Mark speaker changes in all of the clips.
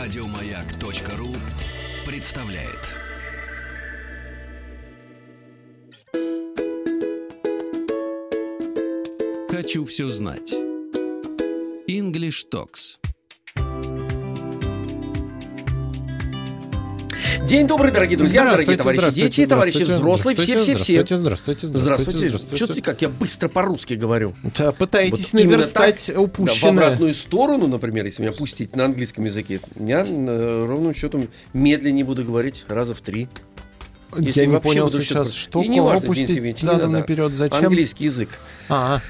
Speaker 1: Радиомаяк.ру представляет.
Speaker 2: Хочу все знать. English Talks.
Speaker 3: День добрый, дорогие друзья, дорогие товарищи,
Speaker 4: Здравствуйте, здравствуйте,
Speaker 3: дети, товарищи
Speaker 4: здравствуйте,
Speaker 3: взрослые,
Speaker 4: здравствуйте,
Speaker 3: все-все-все.
Speaker 4: Здравствуйте, здравствуйте,
Speaker 3: Здравствуйте.
Speaker 4: здравствуйте,
Speaker 3: Чувствуете,
Speaker 4: здравствуйте.
Speaker 3: как я быстро по-русски говорю?
Speaker 4: Да, Пытаетесь
Speaker 3: Вот именно
Speaker 4: наверстать
Speaker 3: так, да, в
Speaker 4: упущенное.
Speaker 3: обратную сторону, например, если меня пустить на английском языке, я э, ровным счетом медленнее буду говорить раза в три. если
Speaker 4: Я не
Speaker 3: вообще
Speaker 4: понял
Speaker 3: буду
Speaker 4: сейчас,
Speaker 3: что-то-
Speaker 4: что
Speaker 3: И не важно,
Speaker 4: кого
Speaker 3: Денис
Speaker 4: пустить
Speaker 3: Евгеньевич, не
Speaker 4: задом
Speaker 3: надо.
Speaker 4: наперед, зачем?
Speaker 3: Английский язык.
Speaker 4: А,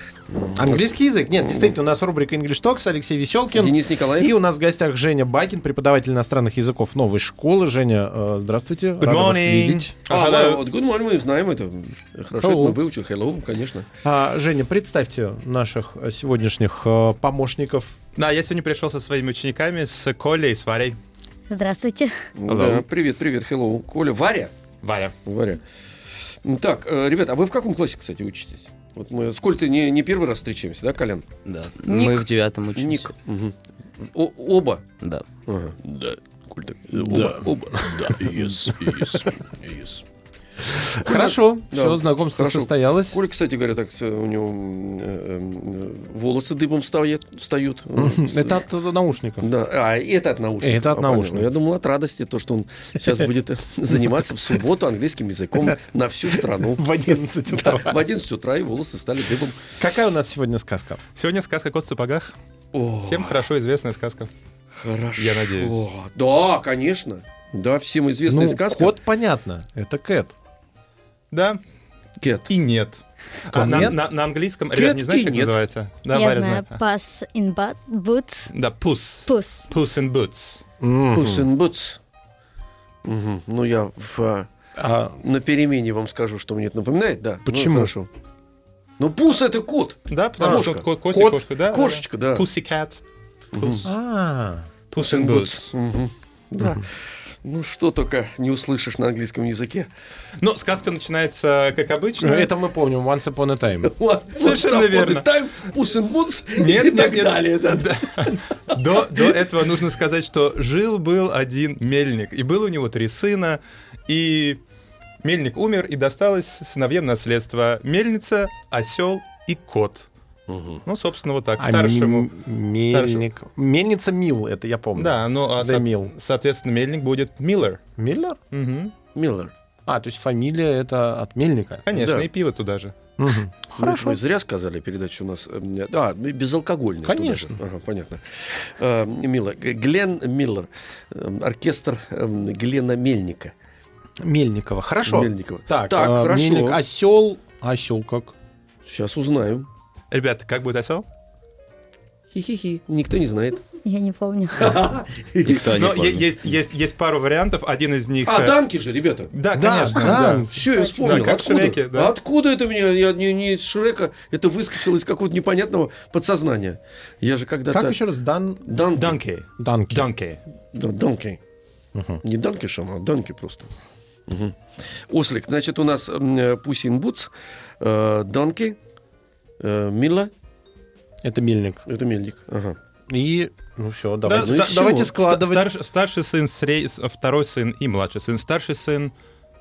Speaker 4: Английский язык. Нет, действительно, у нас рубрика English Talks, Алексей Веселкин.
Speaker 3: Денис Николаев.
Speaker 4: И у нас в гостях Женя Бакин, преподаватель иностранных языков новой школы. Женя, э, здравствуйте. Рада вас
Speaker 5: morning.
Speaker 4: видеть.
Speaker 3: А,
Speaker 5: Hello.
Speaker 3: да, вот good morning, мы знаем это. Хорошо, это
Speaker 4: Hello.
Speaker 3: мы выучил. Hello, конечно.
Speaker 4: А, Женя, представьте наших э, сегодняшних э, помощников.
Speaker 5: Да, я сегодня пришел со своими учениками, с Колей и с Варей.
Speaker 6: Здравствуйте.
Speaker 4: Ну
Speaker 3: Да, привет, привет, hello. Коля, Варя?
Speaker 5: Варя.
Speaker 3: Варя. Ну, Так, э, ребят, а вы в каком классе, кстати, учитесь? Вот мы, сколько ты не, не первый раз встречаемся, да, Колян?
Speaker 7: Да.
Speaker 3: Ник.
Speaker 7: Мы в девятом учимся.
Speaker 3: Ник. Мгм. О- оба.
Speaker 7: Да.
Speaker 3: Да. Оба, оба.
Speaker 4: Хорошо, все,
Speaker 3: Да,
Speaker 4: знакомство
Speaker 3: хорошо.
Speaker 4: состоялось.
Speaker 3: Коля, кстати говоря, так с- у него м, э, э, волосы дыбом встают. встают.
Speaker 4: Это от э, наушников.
Speaker 3: Да, а это от наушников.
Speaker 4: Это от
Speaker 3: А, понятно.
Speaker 4: наушников.
Speaker 3: Я думал от радости, то, что он сейчас будет э, заниматься в субботу английским языком на всю страну.
Speaker 4: В 11
Speaker 3: Да,
Speaker 4: утра.
Speaker 3: В 11 утра и волосы стали дыбом.
Speaker 4: Какая у нас сегодня сказка?
Speaker 5: Сегодня сказка «Кот в сапогах».
Speaker 3: О,
Speaker 5: Всем хорошо известная сказка.
Speaker 3: хорошо.
Speaker 5: я надеюсь.
Speaker 3: Да, конечно. Да, всем известная
Speaker 4: Ну,
Speaker 3: сказка.
Speaker 4: кот, понятно, это Кэт.
Speaker 5: Да
Speaker 3: Кэт.
Speaker 5: и нет. А, на,
Speaker 4: Нет?
Speaker 5: на- на английском,
Speaker 3: Кэт
Speaker 5: ребят, не знаете,
Speaker 3: и
Speaker 5: как
Speaker 3: нет.
Speaker 5: называется? Да,
Speaker 6: я
Speaker 5: Варя
Speaker 6: знаю.
Speaker 5: знает.
Speaker 6: Pass in but- boots.
Speaker 5: Да, пус.
Speaker 6: Puss.
Speaker 5: Пус in boots.
Speaker 3: Puss in Boots. Мгм. Ну, я в, а,
Speaker 4: А,
Speaker 3: на перемене вам скажу, что мне это напоминает, да. Ну,
Speaker 4: Почему?
Speaker 3: хорошо. Ну, пус это кот.
Speaker 5: Да, потому
Speaker 3: Кошка.
Speaker 5: что ко- котик,
Speaker 4: А, Кот,
Speaker 5: кошка, да.
Speaker 3: Кошечка, да.
Speaker 5: Пусси кэт. Пус
Speaker 4: а,
Speaker 5: Пус in boots.
Speaker 3: Мгм. Да. Ну, что только не услышишь на английском языке.
Speaker 5: Ну, сказка начинается, как обычно.
Speaker 4: э, это мы помним, Once Upon a Time.
Speaker 3: Ладно,
Speaker 5: Совершенно
Speaker 3: вот там
Speaker 5: верно.
Speaker 3: будет Time, Puss in Boots
Speaker 5: Нет,
Speaker 3: и
Speaker 5: нет,
Speaker 3: так
Speaker 5: нет.
Speaker 3: далее. да.
Speaker 5: До, до этого нужно сказать, что жил-был один мельник, и было у него три сына, и мельник умер, и досталось сыновьям наследство мельница, осел и кот. Ну, собственно, вот так,
Speaker 4: А
Speaker 5: старшему.
Speaker 4: м- Мельник. Мельница Мил, это я помню.
Speaker 5: Да, ну, а,
Speaker 4: Да,
Speaker 5: со-
Speaker 4: Мил.
Speaker 5: соответственно, мельник будет Миллер.
Speaker 4: Миллер?
Speaker 5: Мгм.
Speaker 3: Миллер.
Speaker 4: А, то есть фамилия это от Мельника.
Speaker 5: Конечно,
Speaker 3: Да.
Speaker 5: и пиво туда же.
Speaker 4: Мгм.
Speaker 3: Вы Ну, зря сказали, передача у нас... э, А, ну, и безалкогольная.
Speaker 4: Конечно.
Speaker 3: туда же. Ага, понятно. Э, Миллер. Г- Глен Миллер. Э, Оркестр э, Глена Мельника.
Speaker 4: Мельникова. Хорошо.
Speaker 3: Мельникова.
Speaker 4: Так,
Speaker 3: Так,
Speaker 4: а,
Speaker 3: хорошо.
Speaker 4: Мельник, осел. Осел как?
Speaker 3: Сейчас узнаем.
Speaker 5: Ребята, как будет осел?
Speaker 3: Хи-хи-хи. Никто не знает.
Speaker 6: Я не помню.
Speaker 7: Никто не
Speaker 5: Но е-
Speaker 7: помнит.
Speaker 5: есть, есть, есть пару вариантов, один из них...
Speaker 3: А,
Speaker 5: э,
Speaker 3: данки же, ребята.
Speaker 5: Да,
Speaker 4: Да,
Speaker 5: конечно,
Speaker 4: да.
Speaker 5: да.
Speaker 3: Все, я вспомнил.
Speaker 5: Да, как в
Speaker 3: откуда? А
Speaker 5: Шреке, да.
Speaker 3: Откуда это меня? Я не, не из Шрека. Это выскочило из какого-то непонятного подсознания. Я же когда-то...
Speaker 4: Как еще раз? Дан...
Speaker 3: Данки.
Speaker 4: Данки.
Speaker 5: Данки. Данки.
Speaker 3: Да, данки. Ну, Не данки шама, а данки просто. Мгм. Ослик. Значит, у нас э, Пусин Бутс, Данки, э, Мила.
Speaker 4: Это Мельник.
Speaker 3: Это мельник. Ага.
Speaker 4: И, ну все,
Speaker 5: Да,
Speaker 4: давайте.
Speaker 5: са-
Speaker 3: из
Speaker 4: давайте
Speaker 3: чего?
Speaker 4: складывать.
Speaker 5: Ста- старш- старший сын, сре- с- второй сын и младший сын. Старший сын...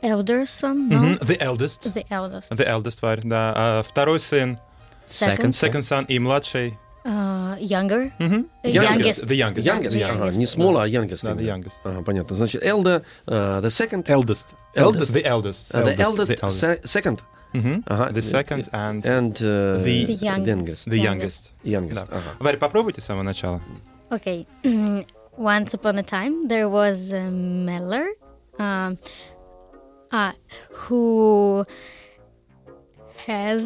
Speaker 6: Elder son,
Speaker 5: мгм,
Speaker 6: no?
Speaker 5: The eldest.
Speaker 6: The eldest.
Speaker 5: The eldest, Варь, да. А второй сын,
Speaker 6: Second.
Speaker 5: second son и младший...
Speaker 6: Uh, younger.
Speaker 5: мгм,
Speaker 6: Youngest.
Speaker 5: The youngest.
Speaker 3: Янгест.
Speaker 6: Youngest.
Speaker 3: Ага, не смола, а янгест.
Speaker 5: Да, the youngest.
Speaker 3: Ага, понятно. Значит, Elda, э, the second.
Speaker 4: Eldest.
Speaker 5: Eldest. The eldest.
Speaker 3: э, the eldest,
Speaker 5: The eldest.
Speaker 3: se- second.
Speaker 5: Мгм.
Speaker 3: Ага.
Speaker 5: The second and
Speaker 3: And э,
Speaker 5: The-
Speaker 6: The youngest.
Speaker 3: youngest.
Speaker 5: the youngest.
Speaker 3: Youngest,
Speaker 5: Да.
Speaker 3: ага.
Speaker 5: Варь, попробуйте с самого начала.
Speaker 6: Okay. Once upon a time, there was a miller um, uh, who has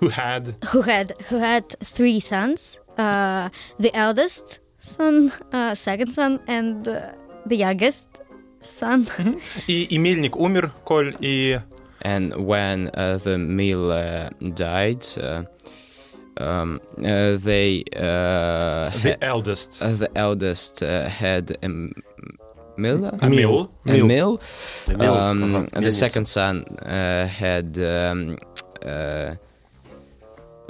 Speaker 5: Who had...
Speaker 6: who had who had three sons. Uh, the eldest son, uh, second son, and uh, the youngest son.
Speaker 5: И, и мельник умер, Коль, и...
Speaker 7: And when uh, the miller died, uh, um, uh, they uh,
Speaker 5: The
Speaker 7: ha-
Speaker 5: eldest.
Speaker 7: uh, the eldest uh, had a m- miller.
Speaker 5: A mule.
Speaker 7: A mill.
Speaker 3: A mill,
Speaker 7: Um,
Speaker 3: uh-huh,
Speaker 7: The
Speaker 3: mil, yes.
Speaker 7: second son uh, had um, uh,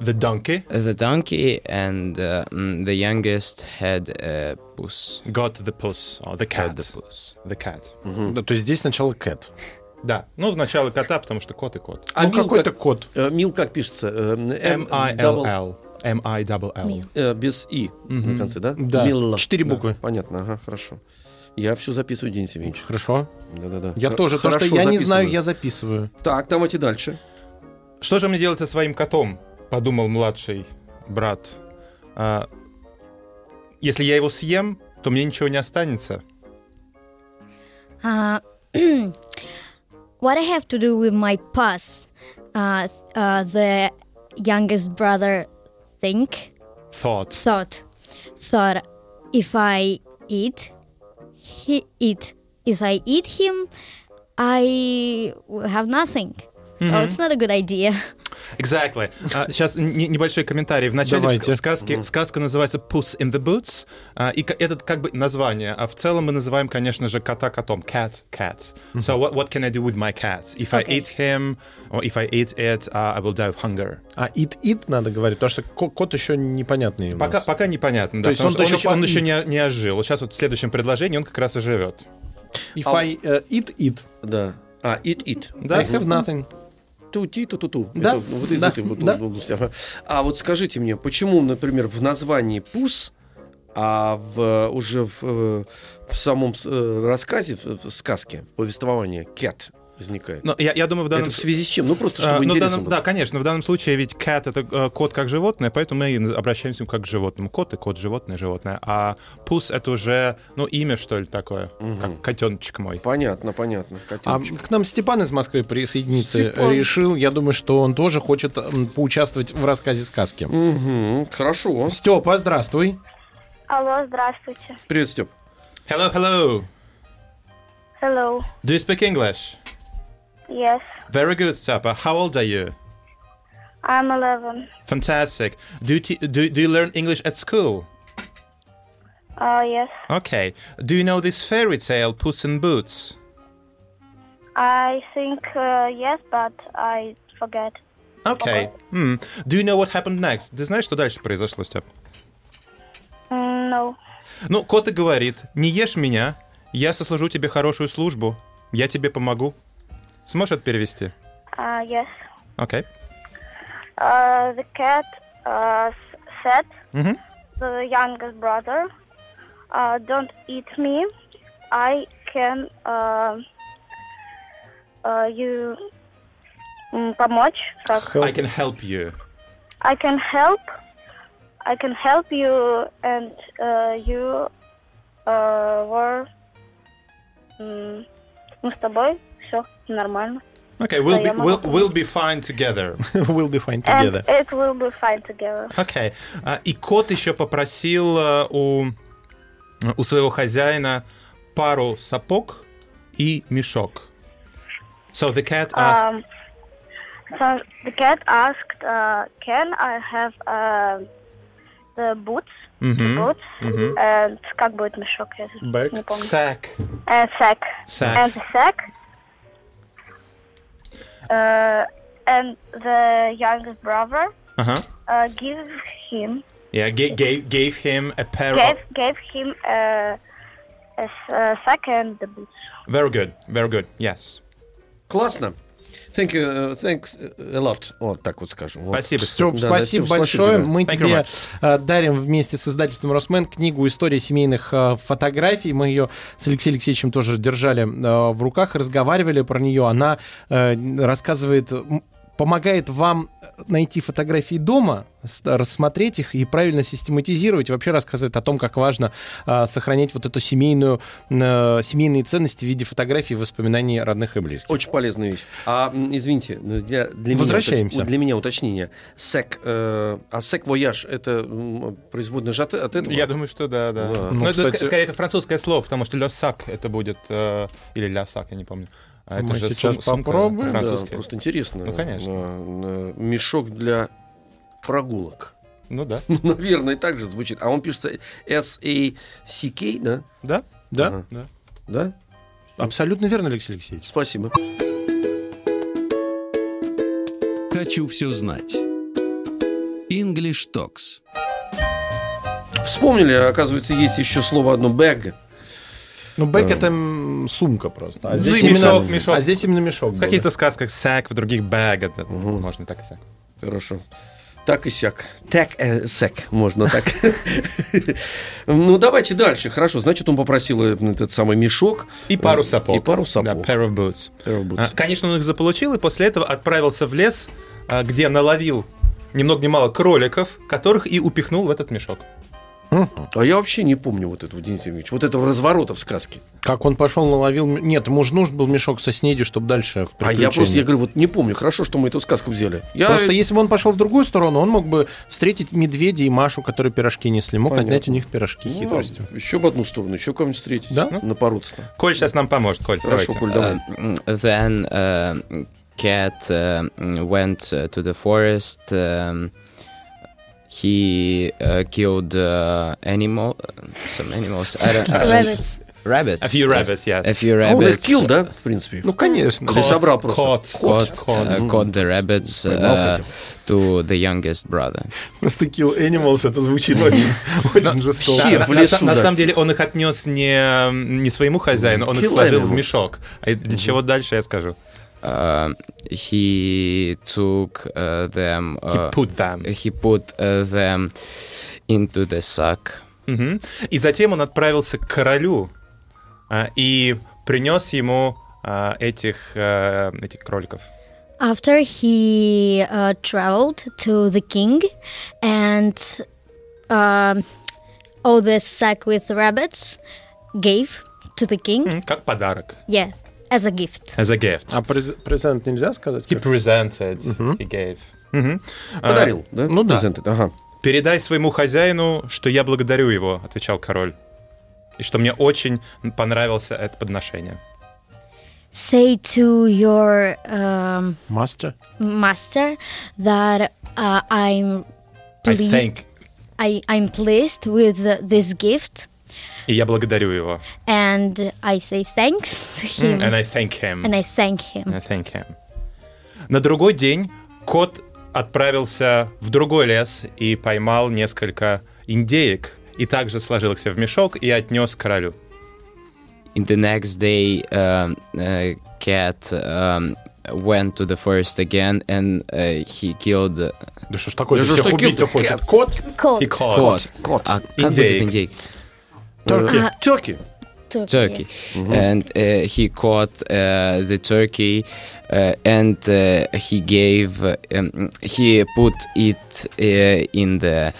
Speaker 5: the donkey
Speaker 7: The donkey and uh, mm, the youngest had a puss.
Speaker 5: got the puss, or the cat.
Speaker 7: Had the puss.
Speaker 5: The cat.
Speaker 3: Ну,
Speaker 4: Да, то есть здесь сначала cat.
Speaker 5: Да, ну, в начало кота, потому что кот и кот.
Speaker 3: А
Speaker 4: ну,
Speaker 3: мил
Speaker 4: какой-то
Speaker 3: как,
Speaker 4: кот.
Speaker 3: э, мил как пишется? Э, М, дабл-
Speaker 5: M-I-L-L. M-I-L-L.
Speaker 3: э, без и на конце, да?
Speaker 4: Да,
Speaker 3: Милла.
Speaker 4: четыре
Speaker 3: Да,
Speaker 4: буквы.
Speaker 3: Понятно, ага, хорошо. Я все записываю, Денис Евгеньевич.
Speaker 4: Хорошо.
Speaker 3: Да-да-да.
Speaker 4: Я
Speaker 3: Х-
Speaker 4: тоже. То, что
Speaker 3: хорошо
Speaker 4: я не знаю, я
Speaker 3: записываю.
Speaker 4: записываю.
Speaker 3: Так, давайте дальше.
Speaker 5: Что же мне делать со своим котом? Подумал младший брат. А, если я его съем, то мне ничего не останется.
Speaker 6: Uh, what I have to do with my pus, uh, uh, the youngest brother think
Speaker 5: Thought.
Speaker 6: thought thought if I eat he eat if I eat him, I will have nothing. So it's not a good idea.
Speaker 5: Exactly. А, сейчас небольшой комментарий. В начале
Speaker 4: Давайте.
Speaker 5: ск- сказки сказка называется Puss in the Boots. А, и к- это как бы название. А в целом мы называем, конечно же, кота котом. Cat, cat. So what, what can I do with my cat? If I
Speaker 6: Okay.
Speaker 5: eat him, or if I eat it, uh, I will die of hunger.
Speaker 4: А it-it надо говорить, потому что ко- кот еще непонятный у нас.
Speaker 5: Пока, пока непонятно,
Speaker 4: То
Speaker 5: да,
Speaker 4: есть
Speaker 5: потому
Speaker 4: он-то
Speaker 5: что
Speaker 4: еще
Speaker 5: он, еще,
Speaker 4: поит.
Speaker 5: он еще не, не ожил. Вот Сейчас вот в следующем предложении он как раз и живет.
Speaker 4: If I э, eat it,
Speaker 3: Да. А, it, it.
Speaker 4: I have nothing.
Speaker 3: ту ти ту ту ту
Speaker 4: Да,
Speaker 3: вот из
Speaker 4: да,
Speaker 3: этой вот
Speaker 4: да.
Speaker 3: области. Ага. А вот скажите мне, почему, например, в названии «Пус», а в, э, уже в, э, в самом с- э, рассказе, в в сказке, в повествовании «кет» возникает?
Speaker 5: Но я, я думаю, Ну, в данном
Speaker 3: Это в
Speaker 5: с-
Speaker 3: связи с чем? Ну, просто, чтобы
Speaker 5: а, ну, в
Speaker 3: интересно
Speaker 5: данном-
Speaker 3: было.
Speaker 5: Да, конечно, в данном случае ведь cat это э, кот как животное, поэтому мы и наз- обращаемся к нему как к животному. Кот и кот, животное, животное. А пус это уже, ну, имя, что ли, такое. Как котеночек мой.
Speaker 3: Понятно, понятно.
Speaker 4: А
Speaker 3: Котеночек.
Speaker 4: к нам Степан из Москвы присоединится.
Speaker 3: Степан.
Speaker 4: Решил, я думаю, что он тоже хочет м, поучаствовать в рассказе сказки.
Speaker 3: Мгм, Хорошо.
Speaker 4: Степа, здравствуй.
Speaker 8: Алло, здравствуйте.
Speaker 3: Привет, Степ.
Speaker 5: Hello, hello.
Speaker 8: Hello.
Speaker 5: Do you speak English?
Speaker 8: Yes,
Speaker 5: Very good, Stepa. How old are you?
Speaker 8: I'm 11.
Speaker 5: Fantastic. Do you, te- do, do you learn English at school?
Speaker 8: Uh, yes,
Speaker 5: Okay. Do you know this fairy tale, Puss in Boots?
Speaker 8: I think uh, yes, but I forget.
Speaker 5: Okay. Hmm. Do you know what happened next? Ты знаешь, что дальше произошло, Степ?
Speaker 8: Mm, No.
Speaker 5: Ну, кот и говорит, не ешь меня, я сослужу тебе хорошую службу, я тебе помогу. Сможешь это перевести?
Speaker 8: Uh, yes.
Speaker 5: Окей.
Speaker 8: Uh, the cat uh, s- said, the youngest brother, uh, don't eat me. I can uh, uh, you м, помочь. Как?
Speaker 5: I can help you.
Speaker 8: I can help. I can help you, and uh, you uh, were м, мы с тобой все нормально.
Speaker 5: Okay, we'll
Speaker 8: Да,
Speaker 5: be,
Speaker 8: я могу
Speaker 5: we'll,
Speaker 8: помочь.
Speaker 5: we'll be fine together.
Speaker 4: We'll be fine
Speaker 8: And
Speaker 4: together.
Speaker 8: it will be fine together.
Speaker 5: Okay. А, И кот еще попросил э, у, у своего хозяина пару сапог и мешок. So the cat asked,
Speaker 8: Um, so the cat asked, uh, "Can I have uh, the boots?" Boots. And как будет мешок? Я
Speaker 4: Bag.
Speaker 8: не помню.
Speaker 5: sack.
Speaker 8: And sack.
Speaker 5: Sack.
Speaker 8: And the sack. Uh, and the youngest brother
Speaker 5: Ага.
Speaker 8: uh, give him
Speaker 5: Yeah, ga- gave, gave him a pair of...
Speaker 8: gave gave him a, a, s- a second the boots.
Speaker 5: Very good, very good, yes.
Speaker 3: Классно. Thank you, uh, thanks a lot. Вот так вот скажем. Вот.
Speaker 5: Спасибо.
Speaker 4: Степ,
Speaker 3: Да, да,
Speaker 4: спасибо
Speaker 3: Стёп,
Speaker 4: большое.
Speaker 3: спасибо.
Speaker 4: Мы
Speaker 5: Thank you
Speaker 4: тебе
Speaker 5: very
Speaker 4: э, дарим вместе с издательством Росмен книгу «История семейных э, фотографий». Мы ее с Алексеем Алексеевичем тоже держали э, в руках, разговаривали про нее. Она э, рассказывает, м, помогает вам найти фотографии дома, с- рассмотреть их и правильно систематизировать. И Вообще рассказывает о том, как важно э, сохранять вот эту семейную, э, семейные ценности в виде фотографий и воспоминаний родных и близких.
Speaker 3: Очень полезная вещь. А, м, извините, ну, для, для,
Speaker 4: Возвращаемся.
Speaker 3: Меня, уточ- для меня уточнение. Сек, э, а сек вояж это м, производная же от, от этого?
Speaker 5: Я думаю, что да, да.
Speaker 3: Да.
Speaker 5: Но
Speaker 4: Ну,
Speaker 5: это ск-
Speaker 4: кстати-
Speaker 5: скорее это французское слово, потому что лясак это будет э, или лясак, я не помню. А это
Speaker 4: Мы
Speaker 5: же
Speaker 4: сейчас
Speaker 5: сум- сумка
Speaker 4: попробуем.
Speaker 3: Да,
Speaker 5: французская.
Speaker 3: просто интересно.
Speaker 5: Ну, конечно.
Speaker 3: Э, э, Мешок для прогулок.
Speaker 5: Ну да.
Speaker 3: Ну, наверное, так же звучит. А он пишется S-A-C-K, да?
Speaker 5: Да?
Speaker 4: Да?
Speaker 3: Ага.
Speaker 5: Да.
Speaker 3: Да?
Speaker 4: Абсолютно верно, Алексей Алексеевич.
Speaker 3: Спасибо.
Speaker 2: «Хочу все знать». English Talks.
Speaker 3: Вспомнили, оказывается, есть еще слово одно bag.
Speaker 4: Ну, бэк это м, сумка просто. А
Speaker 5: Ну
Speaker 4: здесь,
Speaker 5: и
Speaker 4: именно,
Speaker 5: мешок, мешок.
Speaker 4: а здесь именно мешок.
Speaker 5: В
Speaker 4: был,
Speaker 5: каких-то сказках сак, в других bag. Это
Speaker 3: Мгм.
Speaker 5: Можно так и сак.
Speaker 3: Хорошо. Так и сяк. Так и сяк, можно так. Ну, давайте дальше. Хорошо, значит, он попросил э, этот самый мешок.
Speaker 5: И пару сапог.
Speaker 3: И пару
Speaker 5: Да,
Speaker 3: сапог.
Speaker 5: pair of boots.
Speaker 3: Pair of boots.
Speaker 5: А, Конечно, он их заполучил и после этого отправился в лес, а, где наловил ни много ни мало кроликов, которых и упихнул в этот мешок.
Speaker 3: А я вообще не помню вот этого, Денис Евгеньевич, вот этого разворота в сказке.
Speaker 4: да. Как он пошел, наловил... м- Нет, ему же нужен был мешок со снедью, чтобы дальше в
Speaker 3: А я просто, я
Speaker 4: приключения.
Speaker 3: говорю, вот не помню. Хорошо, что мы эту сказку взяли. Я...
Speaker 4: Просто если бы он пошел в другую сторону, он мог бы встретить медведя и Машу, которые пирожки несли. Мог
Speaker 3: Понятно.
Speaker 4: отнять у них пирожки хитростью.
Speaker 3: ну, еще в одну сторону, еще кого-нибудь встретить. Ну,
Speaker 4: Да?
Speaker 3: Напороться-то.
Speaker 5: Коль сейчас нам поможет, Коль,
Speaker 3: Хорошо,
Speaker 5: давайте.
Speaker 3: Коль, давай.
Speaker 7: Uh, then uh, cat uh, went uh, to the forest. Um, he uh, killed uh, animal, some animals. I don't, I don't-
Speaker 6: Rabbits.
Speaker 7: Rabbits.
Speaker 5: A few
Speaker 7: yes.
Speaker 5: rabbits, yes.
Speaker 7: A
Speaker 3: А
Speaker 7: few rabbits.
Speaker 5: Oh,
Speaker 3: он их килл, да, в принципе?
Speaker 4: Ну, конечно.
Speaker 3: Или собрал просто?
Speaker 5: Кот.
Speaker 7: Caught, uh,
Speaker 5: Mm.
Speaker 7: caught the rabbits
Speaker 3: Поймал
Speaker 7: uh,
Speaker 3: хотя бы.
Speaker 7: to the youngest brother.
Speaker 4: Просто kill animals, это звучит очень, очень жестоко.
Speaker 5: Да,
Speaker 3: Все
Speaker 5: на-
Speaker 3: в
Speaker 5: на,
Speaker 3: лесу,
Speaker 5: са- на
Speaker 3: да.
Speaker 5: самом деле он их отнес не, не своему хозяину, он их
Speaker 3: Kill
Speaker 5: сложил в
Speaker 3: animals.
Speaker 5: мешок. А и для чего дальше, я скажу.
Speaker 7: Um he took uh, them.
Speaker 3: А.
Speaker 5: He
Speaker 7: Uh,
Speaker 5: put them.
Speaker 7: he put uh, them into the sack.
Speaker 5: Мгм. И затем он отправился к королю а, и принес ему а, этих, а, этих кроликов.
Speaker 6: After he uh, traveled to the king and um, all the sack with rabbits gave to the king.
Speaker 5: М, Как подарок.
Speaker 6: Yeah, as a gift.
Speaker 5: As a gift.
Speaker 4: А през- презент нельзя сказать?
Speaker 5: He presented, he gave. Мгм. А,
Speaker 3: Подарил, да?
Speaker 4: ну да.
Speaker 3: Презент, Ага.
Speaker 5: «Передай своему хозяину, что я благодарю его», — отвечал король. И что мне очень понравился это подношение.
Speaker 6: Say to your um,
Speaker 4: Мастер.
Speaker 6: master that uh, I'm
Speaker 5: I
Speaker 6: pleased.
Speaker 5: thank.
Speaker 6: I, I'm pleased with uh, this gift,
Speaker 5: И я благодарю его.
Speaker 6: and I say thanks to him,
Speaker 5: Hmm. And I thank him.
Speaker 6: and I thank him.
Speaker 5: I thank him. На другой день кот отправился в другой лес и поймал несколько индеек. И также сложил их все в мешок и отнес королю.
Speaker 7: In the next day, um, uh, cat um, went to the forest again, and uh, he killed uh,
Speaker 4: Да что ж такое,
Speaker 3: Да
Speaker 4: ты
Speaker 3: что ж
Speaker 4: всех
Speaker 3: такие-
Speaker 4: убить-то хочет? Кот?
Speaker 5: И
Speaker 6: Cold
Speaker 5: кот.
Speaker 3: Кот.
Speaker 7: а, как будет
Speaker 5: Индейк.
Speaker 7: индейк?
Speaker 3: Э, Терки.
Speaker 6: turkey.
Speaker 7: turkey, and uh, he caught uh, the turkey, uh, and uh, he gave uh, um, he put it uh, in the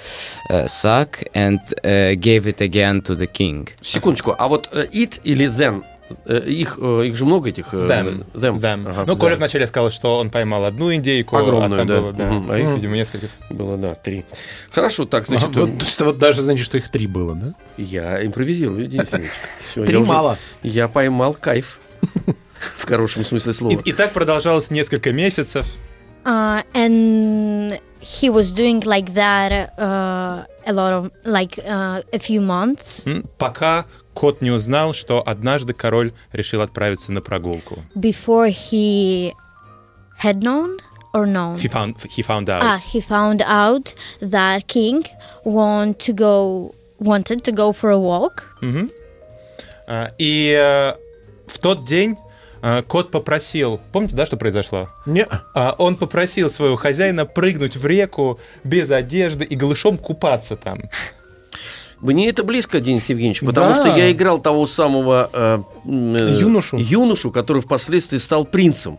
Speaker 7: uh, sack and uh, gave it again to the king.
Speaker 3: Секундочку, а вот э, it или them? Э, Их, э, их же много этих? э,
Speaker 5: Them.
Speaker 3: Them.
Speaker 5: Them.
Speaker 3: Ага,
Speaker 5: ну, Коля
Speaker 3: them.
Speaker 5: вначале сказал, что он поймал одну индейку,
Speaker 3: Огромную,
Speaker 5: а там
Speaker 3: да.
Speaker 5: было,
Speaker 3: Мгм.
Speaker 5: а их, видимо, несколько.
Speaker 3: Было, да, три. Хорошо, так, значит,
Speaker 4: А, вот, то есть вот даже значит, что их три было, да?
Speaker 3: я импровизирую, Денис Ильич. Всё,
Speaker 4: Три
Speaker 3: я уже-
Speaker 4: мало.
Speaker 3: Я поймал кайф. В хорошем смысле слова.
Speaker 5: И, и так продолжалось несколько месяцев.
Speaker 6: Uh, and he was doing like that uh, a lot of like uh, a few months
Speaker 5: М, пока кот не узнал, что однажды король решил отправиться на прогулку.
Speaker 6: before he had known or known.
Speaker 5: He found, he found out.
Speaker 6: Ah, he found out that king want to go wanted to go for a walk.
Speaker 5: А, И э, в тот день э, кот попросил, помните, да, что произошло?
Speaker 4: Не.
Speaker 5: А, Он попросил своего хозяина прыгнуть в реку без одежды и голышом купаться там.
Speaker 3: Мне это близко, Денис Евгеньевич, потому
Speaker 4: Да.
Speaker 3: что я играл того самого э, м, э,
Speaker 4: Юношу.
Speaker 3: юношу, который впоследствии стал принцем.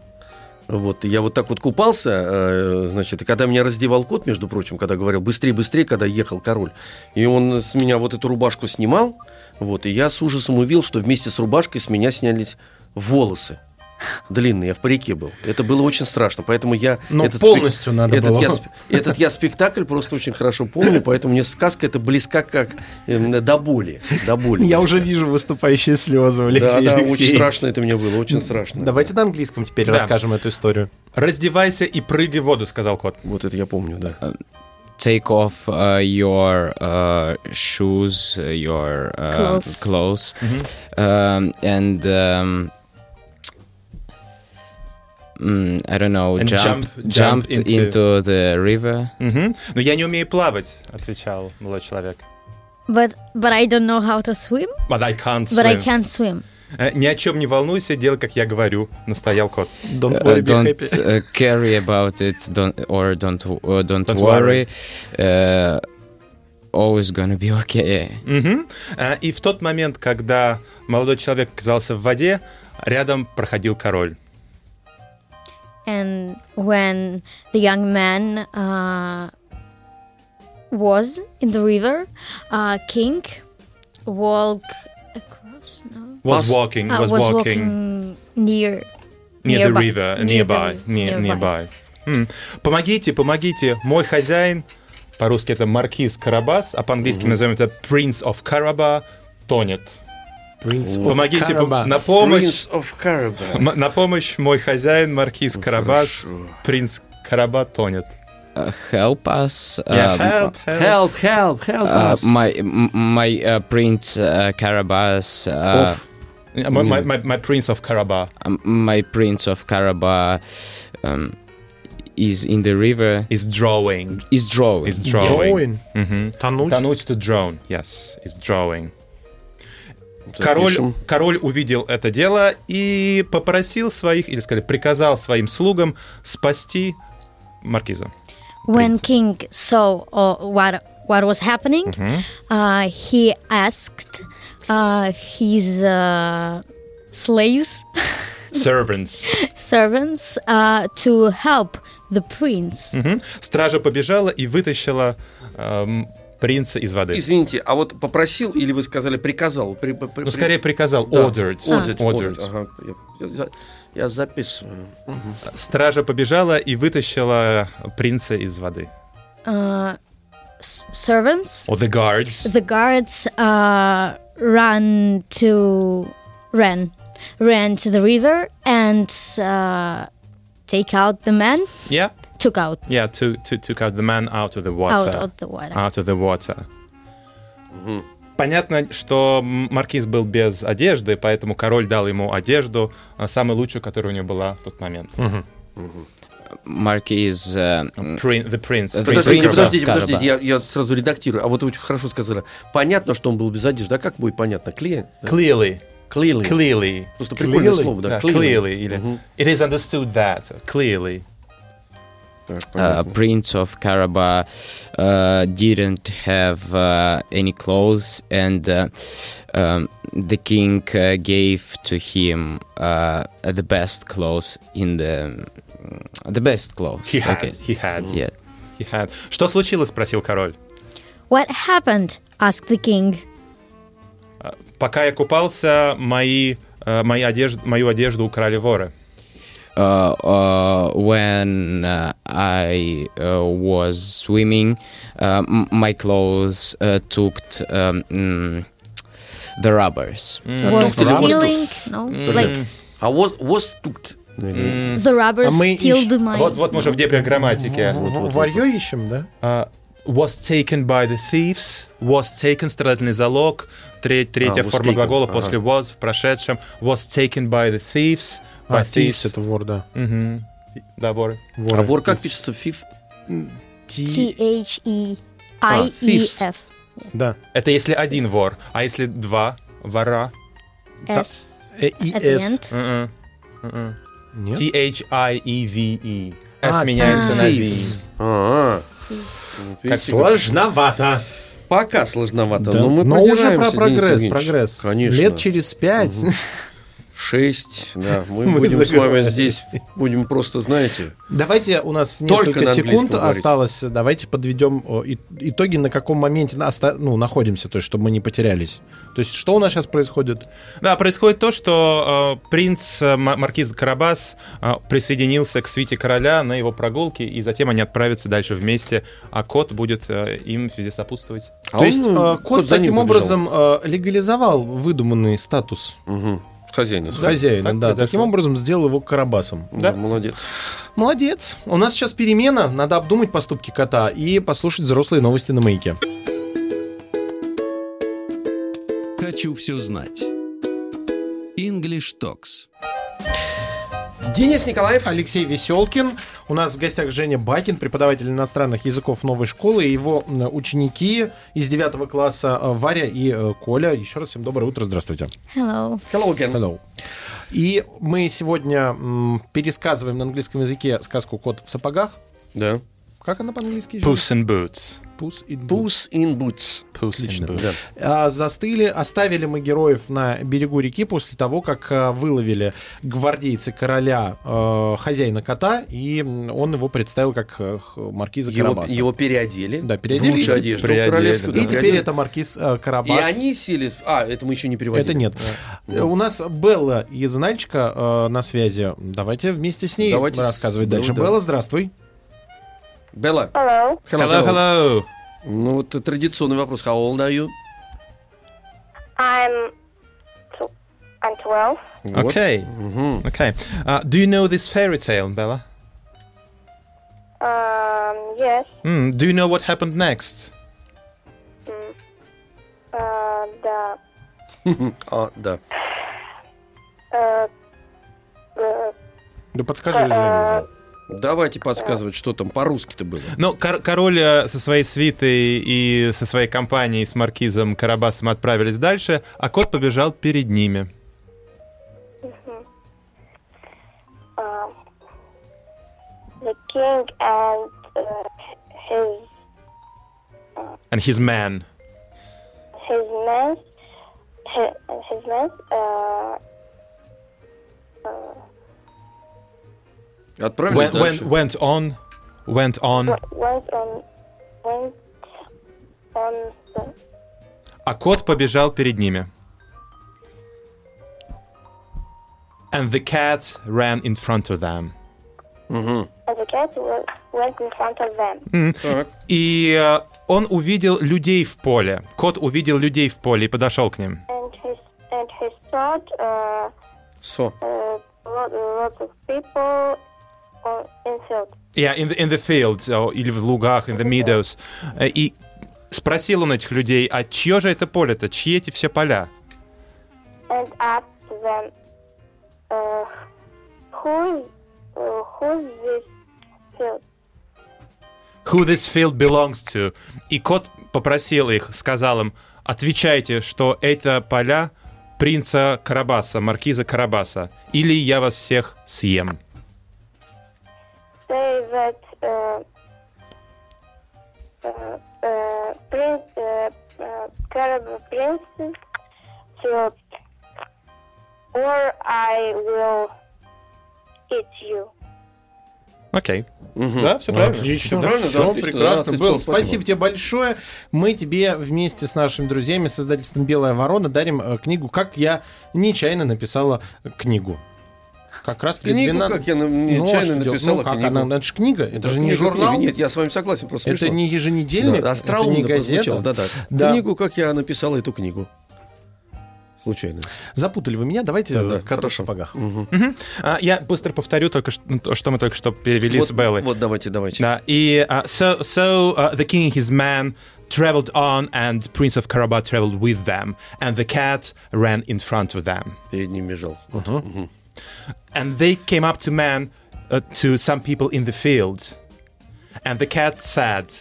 Speaker 3: Вот, и я вот так вот купался, э, значит, и когда меня раздевал кот, между прочим, когда говорил «быстрее, быстрее», когда ехал король, и он с меня вот эту рубашку снимал, вот, и я с ужасом увидел, что вместе с рубашкой с меня снялись волосы длинные, я в парике был. Это было очень страшно, поэтому я...
Speaker 4: Ну,
Speaker 3: этот
Speaker 4: полностью надо
Speaker 3: этот
Speaker 4: было.
Speaker 3: я сп- этот я спектакль просто очень хорошо помню, поэтому мне сказка это близка как э, до боли. До боли.
Speaker 4: Я
Speaker 3: просто.
Speaker 4: уже вижу выступающие слезы,
Speaker 3: Да,
Speaker 4: Алексей
Speaker 3: да, очень
Speaker 4: Алексеевич.
Speaker 3: страшно это мне было, очень страшно.
Speaker 4: Давайте на английском теперь
Speaker 5: Да.
Speaker 4: расскажем эту историю.
Speaker 5: «Раздевайся и прыгай в воду», — сказал кот.
Speaker 3: Вот это я помню, да.
Speaker 7: Take off uh, your uh, shoes, uh, your uh,
Speaker 6: Clothes.
Speaker 7: clothes, um, and um, mm, I don't know,
Speaker 5: And
Speaker 7: jump,
Speaker 5: jump- jump
Speaker 7: jumped
Speaker 5: into-
Speaker 7: into the river.
Speaker 5: Мгм. Но я не умею плавать, отвечал молодой человек.
Speaker 6: But but I don't know how to swim.
Speaker 5: But I can't
Speaker 6: But I
Speaker 5: swim.
Speaker 6: can swim.
Speaker 5: Э, Ни о чем не волнуйся, делай, как я говорю, настоял кот.
Speaker 4: Don't
Speaker 7: Uh,
Speaker 4: worry, be
Speaker 7: don't
Speaker 4: happy.
Speaker 7: uh, care about it don't or don't w- uh, don't,
Speaker 5: Don't
Speaker 7: worry, Uh, always gonna be okay
Speaker 5: Мгм. Э, И в тот момент, когда молодой человек оказался в воде, рядом проходил король.
Speaker 6: And when the young man uh, was in the river, uh, King walk across. No,
Speaker 5: Was walking,
Speaker 6: Uh,
Speaker 5: А, was walking
Speaker 6: near.
Speaker 5: near the
Speaker 6: nearby.
Speaker 5: river, uh,
Speaker 6: Near the
Speaker 5: nearby,
Speaker 6: river,
Speaker 5: ne- nearby.
Speaker 6: nearby.
Speaker 5: М. Помогите, помогите, мой хозяин, по-русски это маркиз Карабас, а по-английски мы назовем это Prince of Караба, тонет. Помогите, пом-
Speaker 4: Караба.
Speaker 5: на помощь,
Speaker 3: Prince of Ну, Caribbean.
Speaker 5: М- На помощь мой хозяин, маркиз Карабас, принц Караба тонет.
Speaker 7: uh, help us
Speaker 5: Я
Speaker 7: um,
Speaker 5: help, help.
Speaker 3: А, ну, Help, help, help
Speaker 7: uh,
Speaker 3: us.
Speaker 7: my m- my uh, prince uh, Carabas uh,
Speaker 3: Of.
Speaker 5: My, my- my- my prince of Караба.
Speaker 7: um, my prince of Caraba um, is in the river
Speaker 5: Is drawing.
Speaker 7: is drawing
Speaker 5: Is drawing.
Speaker 4: Join.
Speaker 5: Мгм.
Speaker 4: Тонуть.
Speaker 5: Тонуть to drown. Yes, is drawing. Король,
Speaker 3: Запишем.
Speaker 5: король увидел это дело и попросил своих, или сказать, приказал своим слугам спасти маркиза.
Speaker 6: When King saw uh, what what was happening,
Speaker 5: Mm-hmm.
Speaker 6: uh, he asked uh, his uh, slaves
Speaker 5: Servants.
Speaker 6: servants uh, to help the prince.
Speaker 5: Мгм. Стража побежала и вытащила эм, принца из воды.
Speaker 3: Извините, а вот попросил или вы сказали приказал? При- при- при-
Speaker 5: Ну, скорее приказал.
Speaker 3: Да.
Speaker 5: Ordered.
Speaker 3: А, Ordered,
Speaker 5: Ordered.
Speaker 3: ordered, ага. Я- я- Я записываю.
Speaker 5: Стража побежала и вытащила принца из воды.
Speaker 6: Uh, s- servants,
Speaker 5: Or the guards.
Speaker 6: the guards uh, ran to ran ran to the river and uh, take out the man.
Speaker 5: Yeah,
Speaker 6: Took out
Speaker 5: yeah, to, to, took out the man out of the
Speaker 6: out
Speaker 5: water.
Speaker 6: of the water.
Speaker 5: Out of А, the water. Понятно, что м- маркиз был без одежды, поэтому король дал ему одежду, а, самую лучшую, которая у него была в тот момент.
Speaker 7: Marquis uh,
Speaker 5: Прин- the prince.
Speaker 7: The
Speaker 5: prince of
Speaker 3: Подождите,
Speaker 7: Принц
Speaker 5: Карабах.
Speaker 3: подождите,
Speaker 7: Карабах.
Speaker 3: подождите, я, я сразу редактирую. А вот вы очень хорошо сказали. Понятно, что он был без одежды. А как будет понятно? Кле?
Speaker 5: Clearly.
Speaker 3: Clearly.
Speaker 5: Clearly.
Speaker 3: Просто прикольное
Speaker 5: Clearly.
Speaker 3: слово, да.
Speaker 5: Да,
Speaker 3: Clearly.
Speaker 5: clearly. Или
Speaker 3: Мгм.
Speaker 5: It is understood that. Clearly.
Speaker 3: Так,
Speaker 7: uh,
Speaker 3: понятно.
Speaker 7: Prince of Karaba uh, didn't have uh, any clothes, and uh, um, the king uh, gave to him uh, the best clothes in the the best clothes.
Speaker 5: He had.
Speaker 7: Okay.
Speaker 5: He had.
Speaker 7: Yeah.
Speaker 5: He had. Что случилось, спросил король.
Speaker 6: What happened? asked the king.
Speaker 5: Пока я купался, мои, э, мои одежд- мою одежду украли воры.
Speaker 7: Uh, uh, when uh, I uh, was swimming, uh, m- my clothes uh, took um, mm, the robbers.
Speaker 6: was
Speaker 3: Или was
Speaker 6: stealing, no,
Speaker 3: Mm.
Speaker 6: like
Speaker 3: А was, was took.
Speaker 6: the robbers
Speaker 4: А мы
Speaker 6: steal
Speaker 4: ищ-
Speaker 6: the money.
Speaker 5: Вот, вот мы уже в дебрях грамматики.
Speaker 4: Варьё ищем, да?
Speaker 5: А, was taken by the thieves, was taken, страдательный залог, тре- третья
Speaker 3: was
Speaker 5: форма
Speaker 3: taken,
Speaker 5: глагола
Speaker 3: ага.
Speaker 5: после was в прошедшем, was taken by the thieves, by
Speaker 4: А,
Speaker 5: thieves.
Speaker 4: thieves это вор, да.
Speaker 5: Мгм. Да, воры.
Speaker 4: Воры.
Speaker 3: А вор как пишется? Фиф?
Speaker 6: T
Speaker 4: Ти-
Speaker 6: H E I E
Speaker 3: thieves.
Speaker 6: F
Speaker 4: Да.
Speaker 5: Это если один вор, а если два вора?
Speaker 6: S
Speaker 4: Э, И
Speaker 6: at the
Speaker 4: С.
Speaker 6: end.
Speaker 5: Мгм. Мгм.
Speaker 4: Нет?
Speaker 5: А T-H-I-E-V-E. F
Speaker 4: А,
Speaker 5: меняется на V.
Speaker 4: thieves.
Speaker 3: А,
Speaker 5: Как
Speaker 4: Сложновато.
Speaker 3: Пока сложновато, но ну, мы
Speaker 4: Но уже про
Speaker 3: продираемся, Денис
Speaker 4: прогресс,
Speaker 3: Евгеньевич.
Speaker 4: прогресс.
Speaker 3: Конечно.
Speaker 4: Лет через пять.
Speaker 3: Шесть, да. Мы,
Speaker 4: Мы
Speaker 3: будем с вами
Speaker 4: заговорили.
Speaker 3: здесь, будем просто, знаете,
Speaker 4: Давайте у нас
Speaker 3: Только
Speaker 4: несколько
Speaker 3: на
Speaker 4: секунд
Speaker 3: английском говорить.
Speaker 4: осталось. Давайте подведем о, и- итоги, на каком моменте на оста- ну, находимся, то есть, чтобы мы не потерялись. То есть, что у нас сейчас происходит?
Speaker 5: Да, происходит то, что э, принц э, ма- маркиз Карабас э, присоединился к свите короля на его прогулке, и затем они отправятся дальше вместе, а кот будет э, им везде сопутствовать.
Speaker 3: А
Speaker 4: то
Speaker 3: он,
Speaker 4: есть, э,
Speaker 3: ну,
Speaker 4: кот
Speaker 3: за
Speaker 4: таким
Speaker 3: ним побежал.
Speaker 4: образом э, легализовал выдуманный статус
Speaker 3: Мгм. Хозяина. своего.
Speaker 4: хозяина,
Speaker 5: так
Speaker 4: да.
Speaker 5: произошло.
Speaker 4: Таким образом, сделал его карабасом.
Speaker 3: Да,
Speaker 5: Да.
Speaker 3: молодец.
Speaker 4: Молодец. У нас сейчас перемена. Надо обдумать поступки кота и послушать взрослые новости на маяке.
Speaker 2: «Хочу все знать». English Токс.
Speaker 3: Денис Николаев.
Speaker 4: Алексей Веселкин. У нас в гостях Женя Бакин, преподаватель иностранных языков новой школы. И его м, ученики из 9 класса э, Варя и э, Коля. Еще раз всем доброе утро. Здравствуйте.
Speaker 6: Hello.
Speaker 3: Hello again.
Speaker 4: Hello. И мы сегодня м, пересказываем на английском языке сказку «Кот в сапогах».
Speaker 3: Да.
Speaker 4: Как она по-английски?
Speaker 5: Puss in Boots.
Speaker 4: Пус и Бус.
Speaker 3: Puss in Boots.
Speaker 5: Puss in Boots.
Speaker 4: А, застыли, оставили мы героев на берегу реки после того, как а, выловили гвардейцы короля э, хозяина кота, и м, он его представил как э, х- маркиза
Speaker 3: Его,
Speaker 4: Карабаса.
Speaker 3: его переодели.
Speaker 4: Да, переодели
Speaker 3: В лучшую
Speaker 4: и
Speaker 3: одежду.
Speaker 5: переодели,
Speaker 3: королевскую,
Speaker 5: да.
Speaker 4: И
Speaker 3: да,
Speaker 4: теперь
Speaker 3: переодели.
Speaker 4: это маркиз э, Карабас.
Speaker 3: И они сели... в- А, это мы еще не переводили.
Speaker 4: Это нет. Э, У нас Белла из Нальчика э, на связи. Давайте вместе с ней
Speaker 3: Давайте с-
Speaker 4: рассказывать
Speaker 3: ну,
Speaker 4: дальше.
Speaker 3: да.
Speaker 4: Белла, здравствуй.
Speaker 3: Белла.
Speaker 8: Hello.
Speaker 5: Hello, hello.
Speaker 3: Ну, вот традиционный вопрос. How old are you?
Speaker 8: I'm. Tw- I'm 12.
Speaker 3: Вот.
Speaker 5: Okay,
Speaker 3: Мгм.
Speaker 5: okay. Uh, do you know this fairy tale, Bella?
Speaker 8: Um. Yes.
Speaker 5: Mm, do you know what happened next?
Speaker 8: Uh. Да.
Speaker 3: А, да.
Speaker 8: Uh. uh,
Speaker 4: Да подскажи, Женя, уже.
Speaker 3: Давайте подсказывать, что там по-русски-то было.
Speaker 5: Но кор- король э, со своей свитой и со своей компанией с маркизом Карабасом отправились дальше, а кот побежал перед ними.
Speaker 8: um, the king and uh, his
Speaker 5: And his man.
Speaker 8: his men, his, his men, uh,
Speaker 3: Отправили
Speaker 5: Went, went,
Speaker 3: дальше.
Speaker 5: went on, went on.
Speaker 8: went on, went on the,
Speaker 5: А кот побежал перед ними. And the cat ran in front of them.
Speaker 8: and the cat wa- went in front of them.
Speaker 3: Так.
Speaker 5: И э, он увидел людей в поле. Кот увидел людей в поле и подошел к ним.
Speaker 8: And he, and he saw uh,
Speaker 3: Со.
Speaker 8: uh, lot, lots of people on, in field.
Speaker 5: Yeah, in the, in the fields, о, или в лугах, in the meadows. Э, И спросил он этих людей, а чье же это поле-то? Чьи эти все поля?
Speaker 8: And asked them, uh, who is, uh, who's this field?
Speaker 5: Who this field belongs to? И кот попросил их, сказал им, отвечайте, что это поля принца Карабаса, маркиза Карабаса, или я вас всех съем.
Speaker 8: say that uh, uh, uh, prince, uh, uh, Caribou princess to, or I will eat you.
Speaker 5: Окей.
Speaker 3: Мгм.
Speaker 5: Да, все правильно.
Speaker 4: Отлично,
Speaker 3: Правильно, да,
Speaker 4: Всё
Speaker 3: Хм. Ну, отлично,
Speaker 4: прекрасно
Speaker 3: да, ты
Speaker 4: было.
Speaker 3: спел, спасибо.
Speaker 4: Спасибо тебе большое. Мы тебе вместе с нашими друзьями, создательством «Белая ворона» дарим э, книгу «Как я нечаянно написала книгу». Как раз
Speaker 3: Книгу, как я на- нечаянно написала
Speaker 4: ну, как
Speaker 3: книгу.
Speaker 4: она, это же книга, это, же не
Speaker 3: Книга, книга.
Speaker 4: журнал,
Speaker 3: Нет, я с вами согласен, просто
Speaker 4: это
Speaker 3: смешно.
Speaker 4: не еженедельник,
Speaker 3: Да,
Speaker 4: это
Speaker 3: остроумно
Speaker 4: не газета.
Speaker 3: прозвучало, Да-да.
Speaker 4: Да.
Speaker 3: Книгу, как я написал эту книгу. Случайно.
Speaker 4: Запутали вы меня, давайте
Speaker 3: Да-да,
Speaker 4: э, кота в
Speaker 3: хорошо.
Speaker 4: сапогах.
Speaker 5: А, я быстро повторю только что, ну, то, что мы только что перевели с
Speaker 3: вот,
Speaker 5: Беллой.
Speaker 3: вот давайте, давайте.
Speaker 5: Да, и uh, so, so uh, the king and his man traveled on, and Prince of Karabakh traveled with them, and the cat ran in front of them.
Speaker 3: Перед ним бежал.
Speaker 5: And they came up to man, uh, to some people in the field, and the cat said,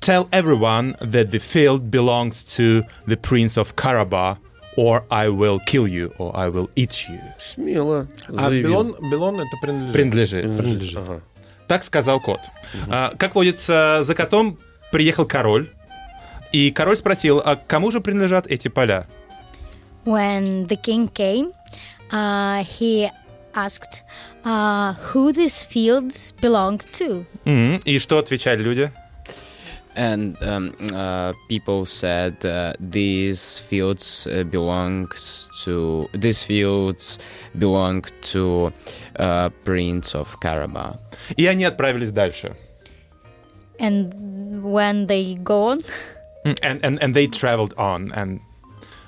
Speaker 5: "Tell everyone that the field belongs to the Prince of Karabakh, or I will kill you, or I will eat you."
Speaker 3: Смело.
Speaker 4: А
Speaker 3: заявил.
Speaker 4: Белон, Белон это принадлежит.
Speaker 5: Принадлежит.
Speaker 4: Принадлежит.
Speaker 3: Ага.
Speaker 5: Так сказал кот. А, как водится, за котом приехал король. И король спросил, а кому же принадлежат эти поля?
Speaker 6: When the king came, uh, he asked uh, who these fields belonged to.
Speaker 5: Мгм. И что отвечали люди?
Speaker 7: And um, uh, people said uh, these fields uh, belongs to these fields belong to uh, Prince of Karabakh.
Speaker 5: И они отправились дальше.
Speaker 6: And when they gone,
Speaker 5: М, And, and, and they traveled on. And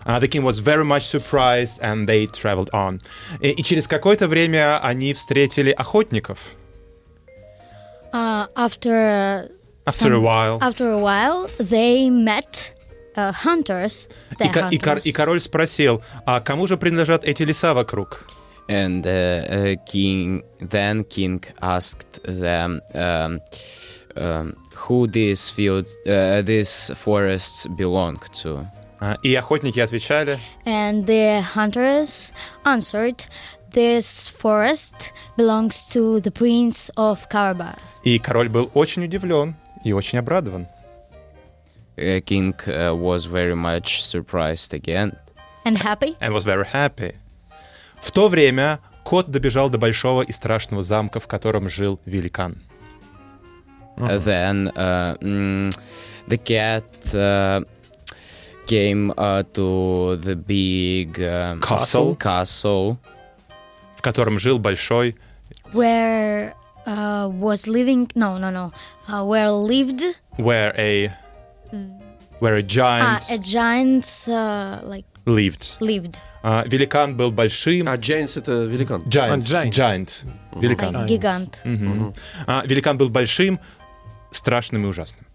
Speaker 5: uh, the king was very much surprised, and they traveled on. И, и через какое-то время они встретили охотников.
Speaker 6: uh, after
Speaker 5: After a
Speaker 6: Some-
Speaker 5: while.
Speaker 6: after a while, they met uh, hunters. The
Speaker 5: И, ко- и кор-
Speaker 6: hunters.
Speaker 5: и король спросил, а кому же принадлежат эти леса вокруг?
Speaker 7: And uh, uh, King then King asked them, um, um, "Who these field, uh, these forests belong to?"
Speaker 5: А, И охотники отвечали,
Speaker 6: And the hunters answered, This forest belongs to the prince of Karabakh.
Speaker 5: и король был очень удивлен и очень обрадован.
Speaker 7: Uh, King uh, was very much surprised again.
Speaker 6: And happy?
Speaker 5: and was very happy. В то время кот добежал до большого и страшного замка, в котором жил великан.
Speaker 7: Uh, Then uh, mm, the cat uh, came uh, to the big uh,
Speaker 5: Castle?
Speaker 7: Castle.
Speaker 5: в котором жил большой
Speaker 6: Where uh, was living. No, no, no. Uh, where lived
Speaker 5: where a where a
Speaker 6: uh,
Speaker 5: giant
Speaker 6: a giant, uh, like,
Speaker 5: lived.
Speaker 6: lived.
Speaker 5: А, великан был большим.
Speaker 3: А Giants это великан.
Speaker 5: Giant,
Speaker 4: А, giant.
Speaker 5: giant, Великан.
Speaker 6: Like, gigant.
Speaker 5: Мгм. А, великан был большим, страшным и ужасным.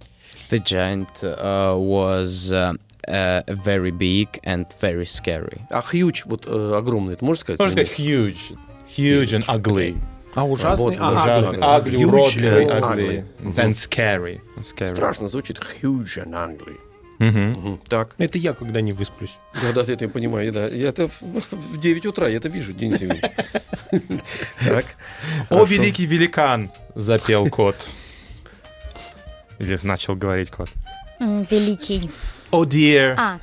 Speaker 7: The giant uh, was uh, uh, very big and very scary.
Speaker 3: А Хьюч вот э, огромный, это можно сказать?
Speaker 5: Можно
Speaker 3: или
Speaker 5: сказать huge, huge and ugly.
Speaker 4: А ужасный?
Speaker 3: Вот,
Speaker 4: а,
Speaker 3: да.
Speaker 5: Ужасный,
Speaker 3: ugly.
Speaker 5: ugly,
Speaker 3: Huge
Speaker 5: уродливый,
Speaker 3: and
Speaker 5: ugly. And scary.
Speaker 3: нет?
Speaker 5: Scary.
Speaker 3: Страшно звучит Хьюч and Ugly.
Speaker 5: Мгм.
Speaker 3: Мгм, Так,
Speaker 4: Это я когда не высплюсь.
Speaker 3: да, да, это я понимаю, да. Я это в- в 9 утра, я это вижу, Денис Евгеньевич. Так.
Speaker 5: О, великий великан! Запел кот. Или начал говорить кот.
Speaker 6: Mm, великий.
Speaker 5: О, dear!
Speaker 6: Ah.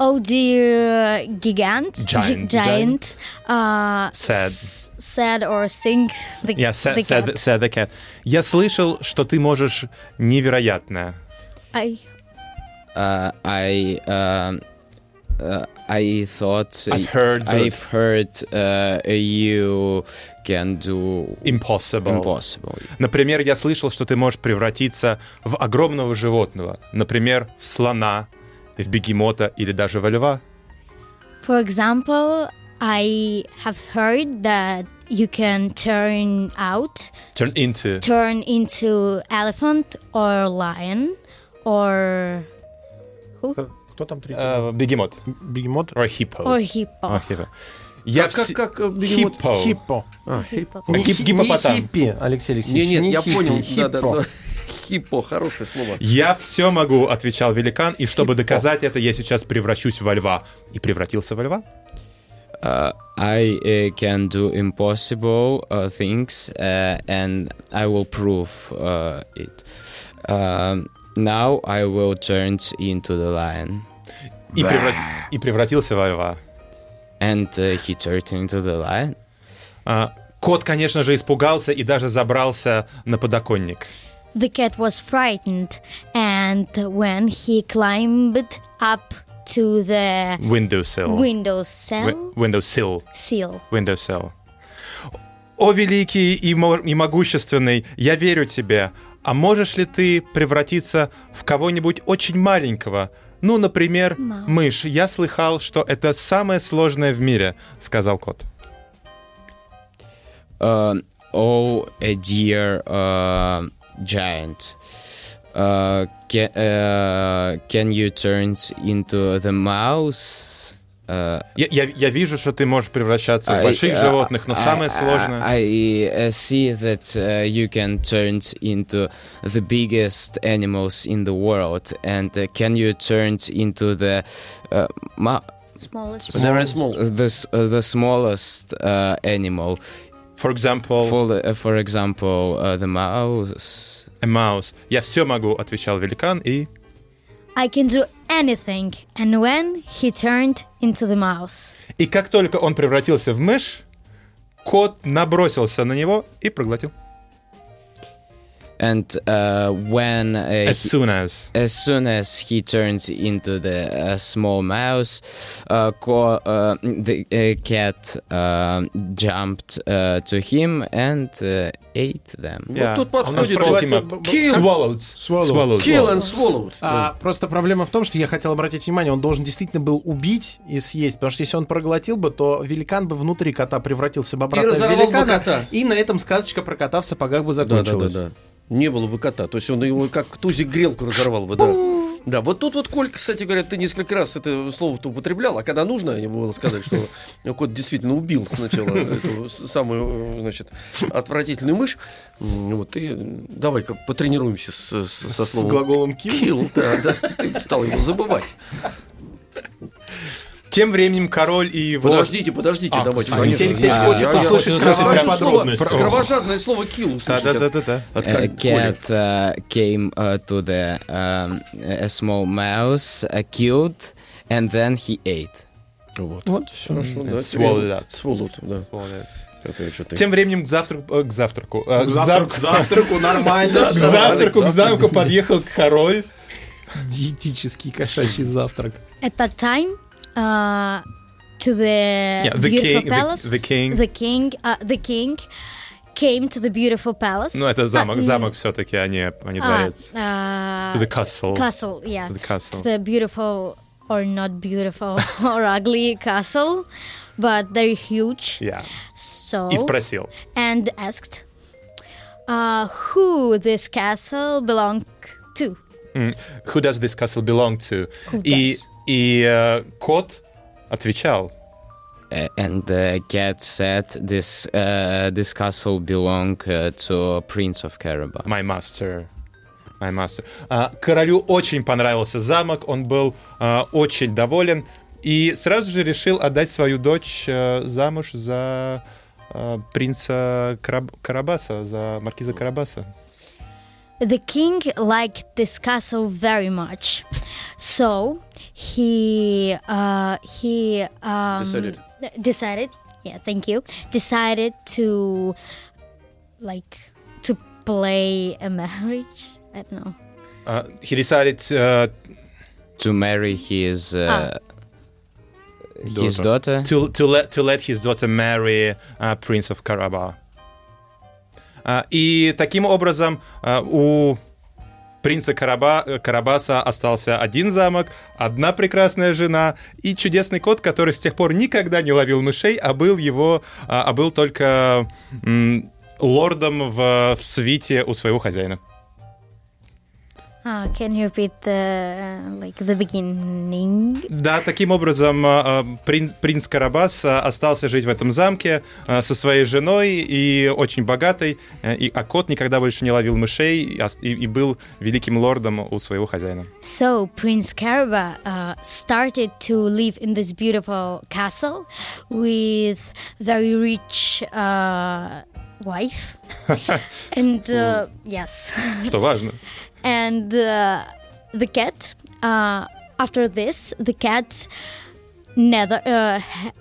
Speaker 6: Oh dear, gigant, gi-
Speaker 5: Giant,
Speaker 6: giant, Uh,
Speaker 5: Sad.
Speaker 6: s- sad or sink the,
Speaker 5: Я sa-
Speaker 6: the
Speaker 5: said-
Speaker 6: cat.
Speaker 5: said the cat. Я слышал, что ты можешь невероятное.
Speaker 6: I,
Speaker 7: Uh, I um uh, I thought
Speaker 5: I've heard that-
Speaker 7: I've heard uh, you can do
Speaker 5: Impossible.
Speaker 7: impossible.
Speaker 5: Например, я слышал, что ты можешь превратиться в огромного животного. Например, в слона, в бегемота или даже во льва.
Speaker 6: for example, I have heard that you can turn out,
Speaker 5: Turn into.
Speaker 6: turn into elephant or lion, or
Speaker 4: Кто там третий?
Speaker 5: э, бегемот.
Speaker 4: Бегемот?
Speaker 5: Or hippo.
Speaker 6: or hippo.
Speaker 5: Or hippo. Я
Speaker 3: Как-
Speaker 5: вс-
Speaker 3: как- как, э, бегемот?
Speaker 5: Hippo.
Speaker 4: Хиппо.
Speaker 3: А, хип-
Speaker 4: Не
Speaker 5: гип-
Speaker 4: хи-
Speaker 5: гиппопотам.
Speaker 4: не хиппи, Алексей Алексеевич.
Speaker 3: Не, нет,
Speaker 4: не
Speaker 3: я
Speaker 4: хиппи,
Speaker 3: понял. Да,
Speaker 4: хиппо.
Speaker 3: да, да. Хиппо, хорошее слово.
Speaker 5: Я все могу, отвечал великан, и чтобы доказать это, я сейчас превращусь во льва. И превратился во льва.
Speaker 7: Uh, I uh, can do impossible uh, things, uh, and I will prove uh, it. Um, now I will turn into the lion,
Speaker 5: И, превра- и превратился во льва.
Speaker 7: and uh, he turned into the lion.
Speaker 5: А, Кот, конечно же, испугался и даже забрался на подоконник.
Speaker 6: The cat was frightened, and when he climbed up to the
Speaker 5: Windowsill.
Speaker 6: window cell.
Speaker 5: Wi- Windowsill.
Speaker 6: seal.
Speaker 5: Windowsill. О, великий и, мо- и могущественный, я верю тебе. А можешь ли ты превратиться в кого-нибудь очень маленького? Ну, например, мышь. Я слыхал, что это самое сложное в мире, сказал кот.
Speaker 7: Um, oh, a dear uh, giant. Uh, can, uh, can you turn into the mouse? Uh,
Speaker 5: Я, я- я вижу, что ты можешь превращаться
Speaker 4: А,
Speaker 5: в
Speaker 7: I-
Speaker 5: больших
Speaker 7: uh,
Speaker 5: животных, но
Speaker 7: I-
Speaker 5: самое
Speaker 7: I-
Speaker 5: сложное...
Speaker 7: I, uh, see that uh, you can turn into the biggest animals in the world, and uh, can you turn into the uh, ma-
Speaker 6: Smallest.
Speaker 3: Very small.
Speaker 7: the s- uh, the smallest uh, animal?
Speaker 5: For example,
Speaker 7: For the- uh, for example, uh, the mouse.
Speaker 5: a mouse. Я все могу, отвечал великан и
Speaker 6: I can do anything. And when he turned into the mouse,
Speaker 5: И как только он превратился в мышь, кот набросился на него и проглотил.
Speaker 7: And uh, when uh,
Speaker 5: As
Speaker 7: he-
Speaker 5: soon as.
Speaker 7: as soon as he turns into the uh, small mouse, uh, co- uh, the uh, cat uh, jumped uh, to him and uh, ate them.
Speaker 5: Yeah.
Speaker 3: Вот тут
Speaker 5: Он
Speaker 3: подходит.
Speaker 5: настроил
Speaker 3: вот
Speaker 5: him up.
Speaker 4: б- б-
Speaker 3: Kill,
Speaker 5: Swallowed.
Speaker 4: Swallowed.
Speaker 3: kill and swallowed.
Speaker 4: А, просто проблема в том, что я хотел обратить внимание, он должен действительно был убить и съесть, потому что если он проглотил бы, то великан бы внутри кота превратился бы обратно в
Speaker 3: разорвал бы
Speaker 4: великана,
Speaker 3: кота.
Speaker 4: и на этом сказочка про кота в сапогах бы закончилась.
Speaker 3: Не было бы кота. То есть он его как тузик грелку разорвал бы, да. Да, вот тут вот Коль, кстати говоря, ты несколько раз это слово-то употреблял, а когда нужно, я было сказать, что кот действительно убил сначала эту с- самую, э, значит, отвратительную мышь. М, Вот, и давай-ка потренируемся с- с- со
Speaker 4: С
Speaker 3: словом
Speaker 4: глаголом kill.
Speaker 3: «килл». Да, да, ты стал его забывать.
Speaker 5: Тем временем король и его...
Speaker 3: Подождите, подождите,
Speaker 4: А,
Speaker 3: давайте.
Speaker 4: Алексей Алексеевич
Speaker 3: Я-
Speaker 4: хочет
Speaker 3: я- я
Speaker 4: услышать
Speaker 3: хочу услышать
Speaker 4: кровожадное
Speaker 3: слово-
Speaker 9: подробности.
Speaker 3: про- Кровожадное слово «килл» услышать от-
Speaker 5: Да-да-да-да.
Speaker 3: от
Speaker 4: Э,
Speaker 7: Uh,
Speaker 3: Коля.
Speaker 7: cat uh, came uh, to the um, a small mouse, uh, killed, and then he ate.
Speaker 3: Вот.
Speaker 4: Вот, все.
Speaker 3: Хорошо, да.
Speaker 5: Swallowed
Speaker 3: теперь-
Speaker 5: up.
Speaker 3: swallowed, да. Опять же ты.
Speaker 5: Тем временем к завтраку... э, К завтраку. э, к
Speaker 9: Завтрак,
Speaker 5: зав-
Speaker 9: завтраку
Speaker 5: К
Speaker 9: нормально.
Speaker 5: завтраку, к замку подъехал король.
Speaker 4: Диетический кошачий завтрак.
Speaker 6: At that time, uh, to the
Speaker 5: the
Speaker 6: beautiful
Speaker 5: king- the-
Speaker 6: palace,
Speaker 5: the king.
Speaker 6: the king, uh, the king came to the beautiful palace. Uh,
Speaker 5: Ну, это замок,
Speaker 6: А,
Speaker 5: замок все-таки, а не, а не
Speaker 6: а,
Speaker 5: дворец.
Speaker 6: а,
Speaker 5: To the castle.
Speaker 6: castle, yeah,
Speaker 5: To the castle.
Speaker 6: the beautiful or not beautiful or ugly castle, but they're huge.
Speaker 5: Yeah.
Speaker 6: So
Speaker 5: И спросил.
Speaker 6: and asked uh, who this castle belonged to.
Speaker 5: М, Who does this castle belong to?
Speaker 6: Who
Speaker 5: И,
Speaker 6: does?
Speaker 5: и э, кот отвечал.
Speaker 7: Uh, and the cat said, "This uh, this castle belong uh, to Prince of Karabakh."
Speaker 5: My master. My master. А, королю очень понравился замок, он был а, очень доволен и сразу же решил отдать свою дочь э, замуж за э, принца Караб- Карабаса, за маркиза Карабаса.
Speaker 6: The king liked this castle very much, so he uh, he um,
Speaker 3: Decided.
Speaker 6: decided- Yeah, thank you. Decided to like to play a marriage. I don't know.
Speaker 5: А, he decided, э,
Speaker 7: to marry his uh, his daughter.
Speaker 5: to, to let, to let his daughter marry uh, Prince of Karabakh. А, и таким образом а, у принца Караба, э, Карабаса остался один замок, одна прекрасная жена и чудесный кот, который с тех пор никогда не ловил мышей, а был его, а, а был только м, лордом в, в свите у своего хозяина.
Speaker 6: Uh, can you repeat the uh, like the beginning?
Speaker 5: Да, таким образом а, а, прин- принц Карабас а, остался жить в этом замке а, со своей женой и очень богатой, э, и, а кот никогда больше не ловил мышей и, ос- и- и был великим лордом у своего хозяина.
Speaker 6: So Prince Karaba uh, started to live in this beautiful castle with very rich uh, wife, and uh, yes,
Speaker 5: Что важно.
Speaker 6: and uh, the cat. Uh, after this, the cat never uh, h-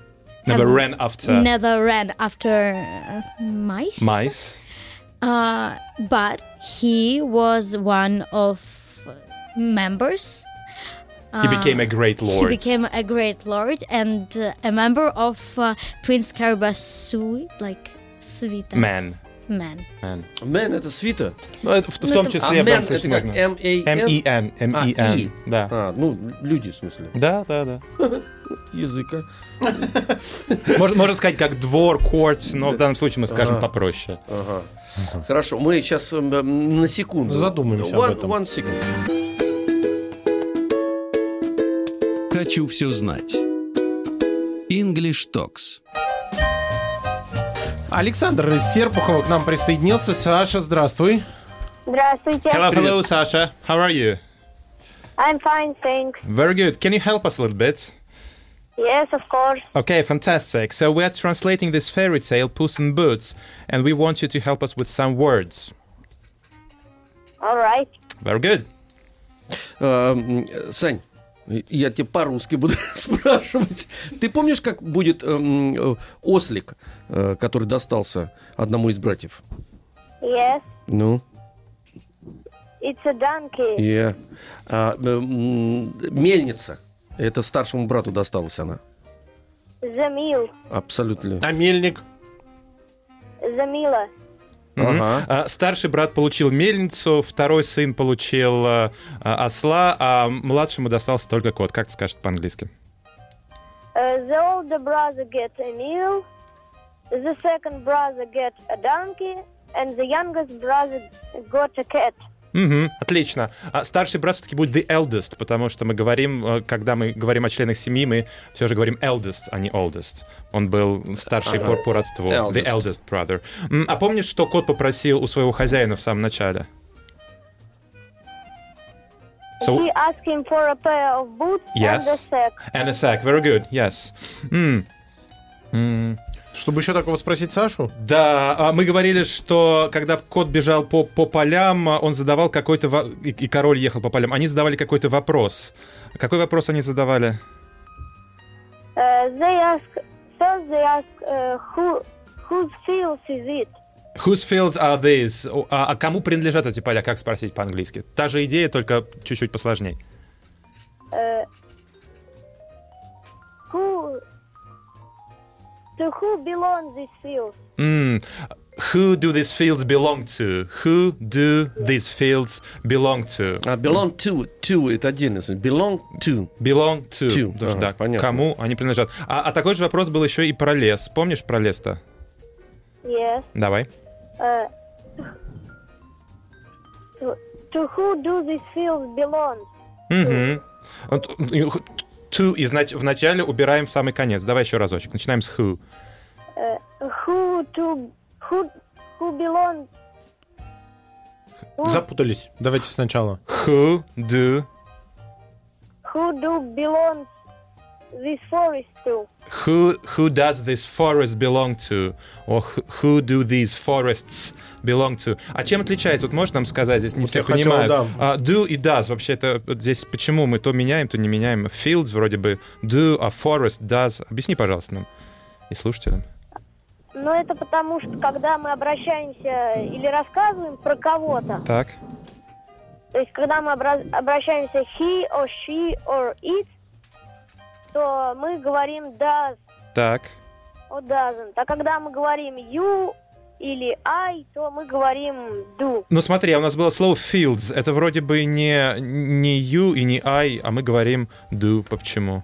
Speaker 5: Never
Speaker 6: Эм,
Speaker 5: ran after
Speaker 6: never ran after uh, mice.
Speaker 5: uh, mice.
Speaker 6: Uh, but he was one of uh, members
Speaker 5: He became a great
Speaker 6: He
Speaker 5: lord.
Speaker 6: became a great lord and uh, a member of uh, Prince Karabas Sui, like Svita.
Speaker 5: Man.
Speaker 6: Man.
Speaker 5: Man.
Speaker 3: Мэн это свита.
Speaker 5: Ну, это в, в
Speaker 6: Ну,
Speaker 5: том
Speaker 6: это-
Speaker 3: А
Speaker 5: числе,
Speaker 3: мэн
Speaker 5: прям,
Speaker 3: это
Speaker 5: то есть
Speaker 3: как
Speaker 5: можно.
Speaker 3: M-A-N?
Speaker 5: M-E-N.
Speaker 3: А, и.
Speaker 5: M-E-N. Да.
Speaker 3: А, ну, люди, в смысле.
Speaker 5: Да, да, да.
Speaker 3: Языка.
Speaker 5: Мож- Можно сказать, как двор, корт, но в данном случае мы скажем
Speaker 3: Ага.
Speaker 5: попроще.
Speaker 3: Ага. Хорошо, мы сейчас на секунду.
Speaker 4: Задумаемся об
Speaker 3: One-
Speaker 4: этом.
Speaker 3: one second.
Speaker 2: Хочу все знать. English Токс.
Speaker 4: Александр из Серпухова к нам присоединился. Саша, здравствуй.
Speaker 8: Здравствуйте.
Speaker 5: hello, Sasha. How are you?
Speaker 8: I'm fine, thanks.
Speaker 5: Very good. Can you help us a little bit?
Speaker 8: Yes, of course.
Speaker 5: Okay, fantastic. So we are translating this fairy tale, Puss in Boots, and we want you to help us with some words.
Speaker 8: All right.
Speaker 5: Very good.
Speaker 3: А, м, Сань, я тебе по-русски буду спрашивать. Ты помнишь, как будет эм, э, ослик, э, который достался одному из братьев?
Speaker 8: Yes,
Speaker 3: Ну,
Speaker 8: it's a donkey.
Speaker 3: я. А, м, мельница. Это старшему брату досталась она.
Speaker 8: The meal.
Speaker 3: Абсолютно.
Speaker 4: А мельник?
Speaker 8: The Mila.
Speaker 3: Ага.
Speaker 5: А, Uh, Старший брат получил мельницу, второй сын получил э, а, осла, а младшему достался только кот. Как это скажет по-английски?
Speaker 8: Uh, the older brother gets a meal. The second brother gets a donkey. And the youngest brother got a cat.
Speaker 5: Мгм, отлично. А старший брат все-таки будет the eldest, потому что мы говорим, э, когда мы говорим о членах семьи, мы все же говорим eldest, а не oldest. Он был старший по, по родству. The eldest brother. М, А помнишь, что кот попросил у своего хозяина в самом начале? So-
Speaker 8: He asked him for a pair of boots
Speaker 5: Yes.
Speaker 8: and a sack.
Speaker 5: And a sack. Very good. Yes. М. М,
Speaker 4: Чтобы еще такого спросить Сашу?
Speaker 5: Да, а мы говорили, что когда кот бежал по, по полям, а, он задавал какой-то... во- И, и король ехал по полям. Они задавали какой-то вопрос. Какой вопрос они задавали?
Speaker 8: Uh, they ask first. They ask uh, who whose fields is it?
Speaker 5: Whose fields are these? О, А, а кому принадлежат эти поля? Как спросить по-английски? Та же идея, только чуть-чуть посложнее.
Speaker 8: Uh, who to who belong these fields?
Speaker 5: М, Who do these fields belong to? Who do these fields belong to?
Speaker 3: А belong to, to это отдельно. Belong to.
Speaker 5: Belong to.
Speaker 3: To,
Speaker 5: Потому что,
Speaker 3: ага, понятно.
Speaker 5: Кому они принадлежат? А, а такой же вопрос был еще и про лес. Помнишь про лес-то?
Speaker 8: Yes.
Speaker 5: Давай.
Speaker 8: Uh, to, to who do these fields belong?
Speaker 5: Мгм. Вот, и х- To и знач- в начале убираем в самый конец. Давай еще разочек. Начинаем с who.
Speaker 8: Uh, who to who who belong? Who,
Speaker 4: Запутались. Давайте сначала.
Speaker 5: Who do
Speaker 8: who do belong this forest to?
Speaker 5: Who who does this forest belong to? Or who- who do these forests belong to? А чем отличается? Вот можешь нам сказать? Здесь не
Speaker 4: Вот
Speaker 5: все
Speaker 4: я хотел,
Speaker 5: понимают.
Speaker 4: да.
Speaker 5: А, do и does. Вообще это вот здесь почему мы то меняем, то не меняем. Fields вроде бы do, а forest does. Объясни, пожалуйста, нам и слушателям.
Speaker 8: Но это потому, что когда мы обращаемся или рассказываем про кого-то,
Speaker 5: Так.
Speaker 8: то есть когда мы обра- обращаемся he or she or it, то мы говорим does
Speaker 5: Так.
Speaker 8: or doesn't. А когда мы говорим you или I, то мы говорим do.
Speaker 5: Ну смотри, а у нас было слово fields. Это вроде бы не, не you и не I, а мы говорим do. По- Почему?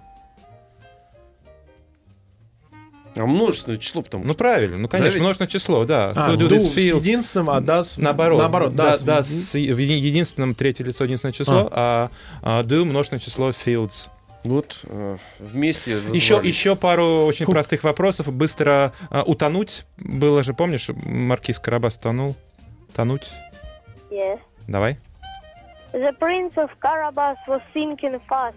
Speaker 3: А множественное число, потому
Speaker 5: Ну правильно, ну конечно,
Speaker 3: ведь-
Speaker 5: множественное число, да. Who do
Speaker 4: А, ну, do
Speaker 5: these
Speaker 4: с
Speaker 5: fields?
Speaker 4: единственным, а да с...
Speaker 5: Наоборот.
Speaker 4: Наоборот,
Speaker 5: да.
Speaker 4: да.
Speaker 5: Да,
Speaker 4: с-
Speaker 5: с е- в еди- единственном третье лицо, единственное число, а, а do множественное число fields.
Speaker 3: что вот э, вместе...
Speaker 5: Еще,
Speaker 3: разобрались.
Speaker 5: еще пару очень простых вопросов. Быстро а, утонуть. Было же, помнишь, маркиз Карабас тонул? Тонуть?
Speaker 8: Yes.
Speaker 5: Давай.
Speaker 8: The prince of Carabas was sinking fast.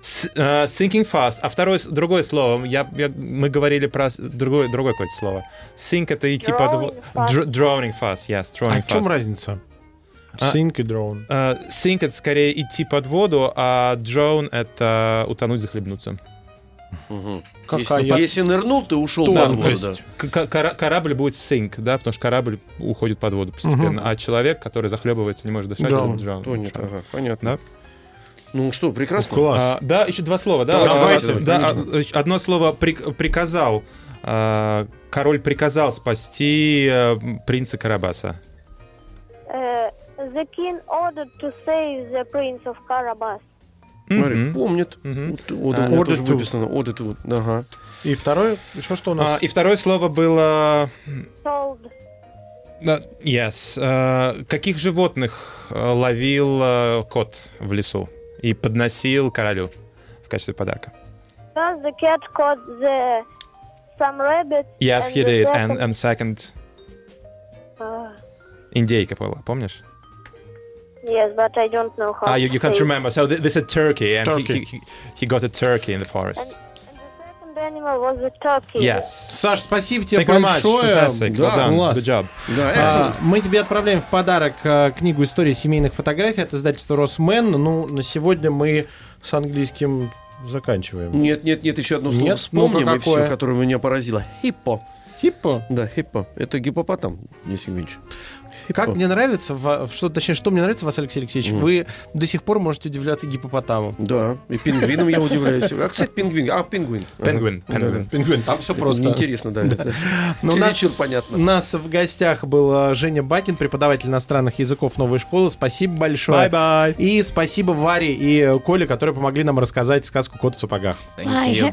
Speaker 5: С- э, sinking fast. А второе, с- другое слово. Я, я- мы говорили про с- другое, другое какое-то слово. Sink это и типа...
Speaker 8: Drowning
Speaker 5: дво-
Speaker 8: fast.
Speaker 5: Dr- drowning fast, yes, drowning
Speaker 4: А в чем
Speaker 5: fast.
Speaker 4: разница?
Speaker 5: А-
Speaker 4: Sink и drone.
Speaker 5: Э, sink это скорее идти под воду, а drown это утонуть, захлебнуться.
Speaker 3: Мгм.
Speaker 5: ну,
Speaker 4: Какая
Speaker 3: если, если нырнул, ты ушел
Speaker 4: Да,
Speaker 3: под воду. да.
Speaker 4: тонкость.
Speaker 5: К- ка- кора- корабль будет sink, да, потому что корабль уходит под воду постепенно, а человек, который захлебывается, не может дышать,
Speaker 4: Да.
Speaker 5: он drown.
Speaker 3: Тонет,
Speaker 5: Drown.
Speaker 3: ага, понятно. Ну что, прекрасно.
Speaker 4: Класс.
Speaker 5: А, да, еще два слова, да?
Speaker 3: Да,
Speaker 5: А,
Speaker 3: давайте,
Speaker 5: да, а, еще одно слово прик- приказал. а, король приказал спасти э, принца Карабаса.
Speaker 8: Uh, the king ordered to save the prince of Carabas.
Speaker 3: Смотри,
Speaker 5: Мгм.
Speaker 3: помнит.
Speaker 5: Мгм.
Speaker 3: Вот, вот, у
Speaker 5: А,
Speaker 3: меня
Speaker 4: order
Speaker 3: тоже
Speaker 4: to.
Speaker 3: выписано. Order to. Ага.
Speaker 4: И второе, еще что у
Speaker 5: А,
Speaker 4: нас?
Speaker 5: и второе слово было...
Speaker 8: Told
Speaker 5: да, Yes. э, каких животных э, ловил э, кот в лесу и подносил королю в качестве подарка?
Speaker 8: First, the cat caught the some rabbits.
Speaker 5: Yes, he
Speaker 8: the
Speaker 5: did. And,
Speaker 8: second-
Speaker 5: and second,
Speaker 8: Uh,
Speaker 5: индейка была, помнишь?
Speaker 8: yes, but I don't know how.
Speaker 5: Ah, you,
Speaker 8: to
Speaker 5: you can't
Speaker 8: say it.
Speaker 5: remember. So th- this is turkey, and he-
Speaker 4: Turkey.
Speaker 5: He, he, he got a turkey in the forest.
Speaker 8: And the second animal was the turkey.
Speaker 5: Yes.
Speaker 4: Саш, спасибо тебе
Speaker 5: Thank you very much.
Speaker 4: большое.
Speaker 5: Fantastic. Well
Speaker 3: Да,
Speaker 5: done.
Speaker 4: класс.
Speaker 5: Good job.
Speaker 3: Да,
Speaker 4: А,
Speaker 3: excellent.
Speaker 4: Мы тебе отправляем в подарок а, книгу «История семейных фотографий» от издательства «Росмен». Ну, на сегодня мы с английским заканчиваем.
Speaker 3: Нет, нет, нет, еще одно слово
Speaker 4: Нет?
Speaker 3: вспомним,
Speaker 4: Ну-ка,
Speaker 3: и все,
Speaker 4: какое?
Speaker 3: которое меня поразило. Хиппо.
Speaker 4: Хиппо.
Speaker 3: Да, хиппо. Это гипопотам, если меньше.
Speaker 4: Как мне нравится, в- в что, точнее, что мне нравится в вас, Алексей Алексеевич, вы до сих пор можете удивляться гипопотаму.
Speaker 3: Да, и пингвином я удивляюсь. А, кстати, пингвин. А, пингвин.
Speaker 5: Penguin. Penguin.
Speaker 4: Пингвин, там все
Speaker 3: Просто
Speaker 4: просто.
Speaker 3: интересно, да. Ну, это.
Speaker 4: Но у нас-
Speaker 3: Чересчур
Speaker 4: У
Speaker 3: понятно.
Speaker 4: нас в гостях был э, Женя Бакин, преподаватель иностранных языков новой школы. Спасибо большое.
Speaker 5: Bye-bye.
Speaker 4: И спасибо Варе и э, Коле, которые помогли нам рассказать сказку «Кот в сапогах».
Speaker 7: Thank
Speaker 6: Bye.
Speaker 7: you,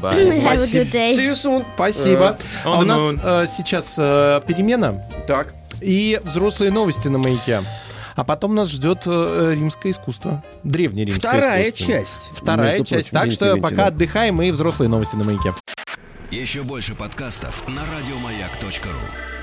Speaker 6: Have
Speaker 7: bye.
Speaker 6: a good day.
Speaker 3: See you soon.
Speaker 4: Спасибо.
Speaker 5: on
Speaker 4: а у
Speaker 5: the
Speaker 4: нас
Speaker 5: moon.
Speaker 4: э, сейчас э, перемена
Speaker 3: Так.
Speaker 4: и взрослые новости на маяке. А, А потом нас ждет э, римское искусство. Древнее римское
Speaker 3: Вторая
Speaker 4: искусство. Ну,
Speaker 3: часть.
Speaker 4: Вторая
Speaker 3: между
Speaker 4: часть.
Speaker 3: прочим,
Speaker 4: Так
Speaker 3: Винти
Speaker 4: что
Speaker 3: Винтина.
Speaker 4: пока отдыхаем и взрослые новости на маяке.
Speaker 2: Еще больше подкастов на радиомаяк.ру.